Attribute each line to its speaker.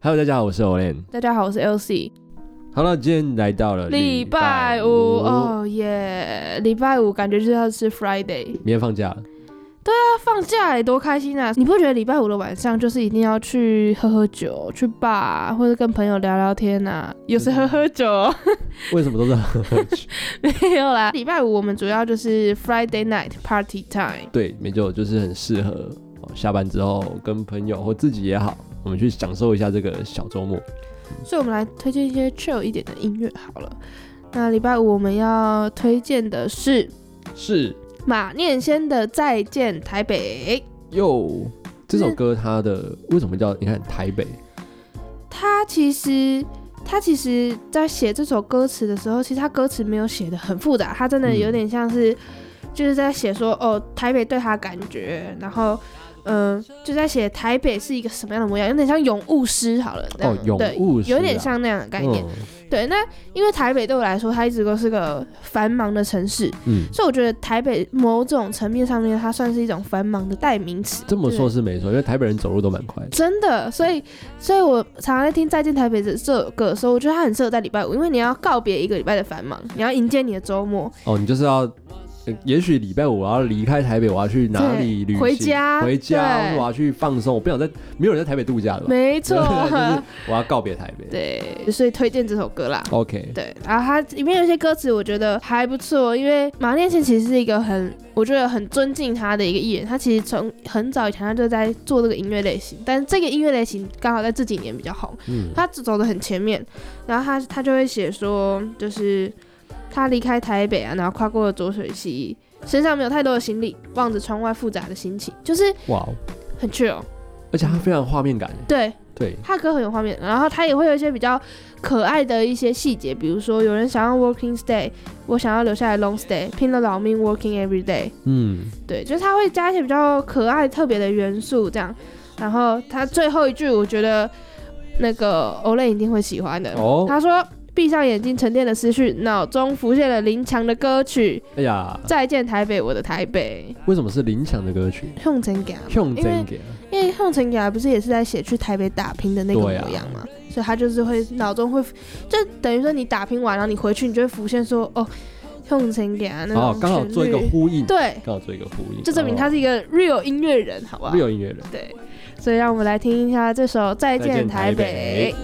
Speaker 1: Hello，大家好，我是 Olen。
Speaker 2: 大家好，我是 LC。
Speaker 1: 好了，今天来到了
Speaker 2: 礼拜五，哦耶！礼拜五感觉就是要吃 Friday，
Speaker 1: 明天放假了。
Speaker 2: 那放假也多开心啊！你不觉得礼拜五的晚上就是一定要去喝喝酒，去吧，或者跟朋友聊聊天啊？有时喝喝 酒哦，
Speaker 1: 为什么都是喝喝酒？
Speaker 2: 没有啦。礼拜五我们主要就是 Friday night party time。
Speaker 1: 对，没错，就是很适合哦下班之后跟朋友或自己也好，我们去享受一下这个小周末。
Speaker 2: 所以我们来推荐一些 chill 一点的音乐好了。那礼拜五我们要推荐的是
Speaker 1: 是
Speaker 2: 马念先的《再见台北》。
Speaker 1: 哟，这首
Speaker 2: 是
Speaker 1: 歌它的为什么叫你看台北？
Speaker 2: 他其实他其实在写这首歌词的时候，其实他歌词没有写的很复杂，他真的
Speaker 1: 嗯
Speaker 2: 有点像是、就是在写说哦，台北对他的感觉，然后。嗯，就在写台北是一个什么样的模样，有点像咏物诗好了，那样
Speaker 1: 哦咏
Speaker 2: 嗯对
Speaker 1: 物诗啊
Speaker 2: 有点像那样的概念。
Speaker 1: 嗯
Speaker 2: 对，那因为台北对我来说，它一直都是个繁忙的城市，
Speaker 1: 嗯，
Speaker 2: 所以我觉得台北某种层面上面，它算是一种繁忙的代名词。
Speaker 1: 这么
Speaker 2: 对
Speaker 1: 说是没错，因为台北人走路都蛮快的。
Speaker 2: 真的，所以，所以我常常在听《再见台北》这这首歌的时候，我觉得它很适合在礼拜五，因为你要告别一个礼拜的繁忙，你要迎接你的周末，
Speaker 1: 哦，你就是要，呃也许礼拜五我要离开台北，我要去哪里旅行？
Speaker 2: 回家
Speaker 1: 回家，
Speaker 2: 对
Speaker 1: 或者我要去放松。我不想在，没有人在台北 度假了吧？
Speaker 2: 没 错，
Speaker 1: 就是我要告别台北。
Speaker 2: 对，所以推荐这首歌啦。
Speaker 1: OK，
Speaker 2: 对，然后它里面有一些歌词，我觉得还不错，因为马念先其实是一个很，我觉得很尊敬他的一个艺人。他其实从很早以前他就在做这个音乐类型，但是这个音乐类型刚好在这几年比较红，
Speaker 1: 嗯，
Speaker 2: 他走的很前面，然后他他就会写说，就是他离开台北啊，然后跨过了浊水溪，身上没有太多的行李，望着窗外复杂的心情，就是
Speaker 1: 哇哦，
Speaker 2: 很 chill。
Speaker 1: 而且它非常有画面感。欸
Speaker 2: 对，
Speaker 1: 对，
Speaker 2: 他歌很有画面，然后他也会有一些比较可爱的一些细节，比如说有人想要 working stay，我想要留下来 long stay，拼了老命 working every day。
Speaker 1: 嗯，
Speaker 2: 对，就是他会加一些比较可爱特别的元素这样。然后他最后一句，我觉得那个 Olay 一定会喜欢的。
Speaker 1: 哦
Speaker 2: 他说：“闭上眼睛，沉淀的思绪，脑中浮现了林强的歌曲
Speaker 1: 哎呀，
Speaker 2: 《再见台北，我的台北
Speaker 1: 为什么是林强的歌曲？》。
Speaker 2: 用成感，
Speaker 1: 用
Speaker 2: 因为
Speaker 1: 真给啊
Speaker 2: 因为用成感不是也是在写去台北打拼的那个模
Speaker 1: 对啊
Speaker 2: 样嘛，所以他就是会脑中会，就等于说你打拼完，然后你回去，你就会浮现说：哦，用成感那
Speaker 1: 哦
Speaker 2: 种，
Speaker 1: 刚好
Speaker 2: 旋
Speaker 1: 做一个
Speaker 2: 律
Speaker 1: 呼哦应，
Speaker 2: 对，
Speaker 1: 刚好做一个呼应，
Speaker 2: 就证明他是一个 real 音乐人，好不好
Speaker 1: 哦 real 音乐人。
Speaker 2: 对，所以让我们来听一下这首《再
Speaker 1: 再见
Speaker 2: 见台
Speaker 1: 台
Speaker 2: 北
Speaker 1: 北》。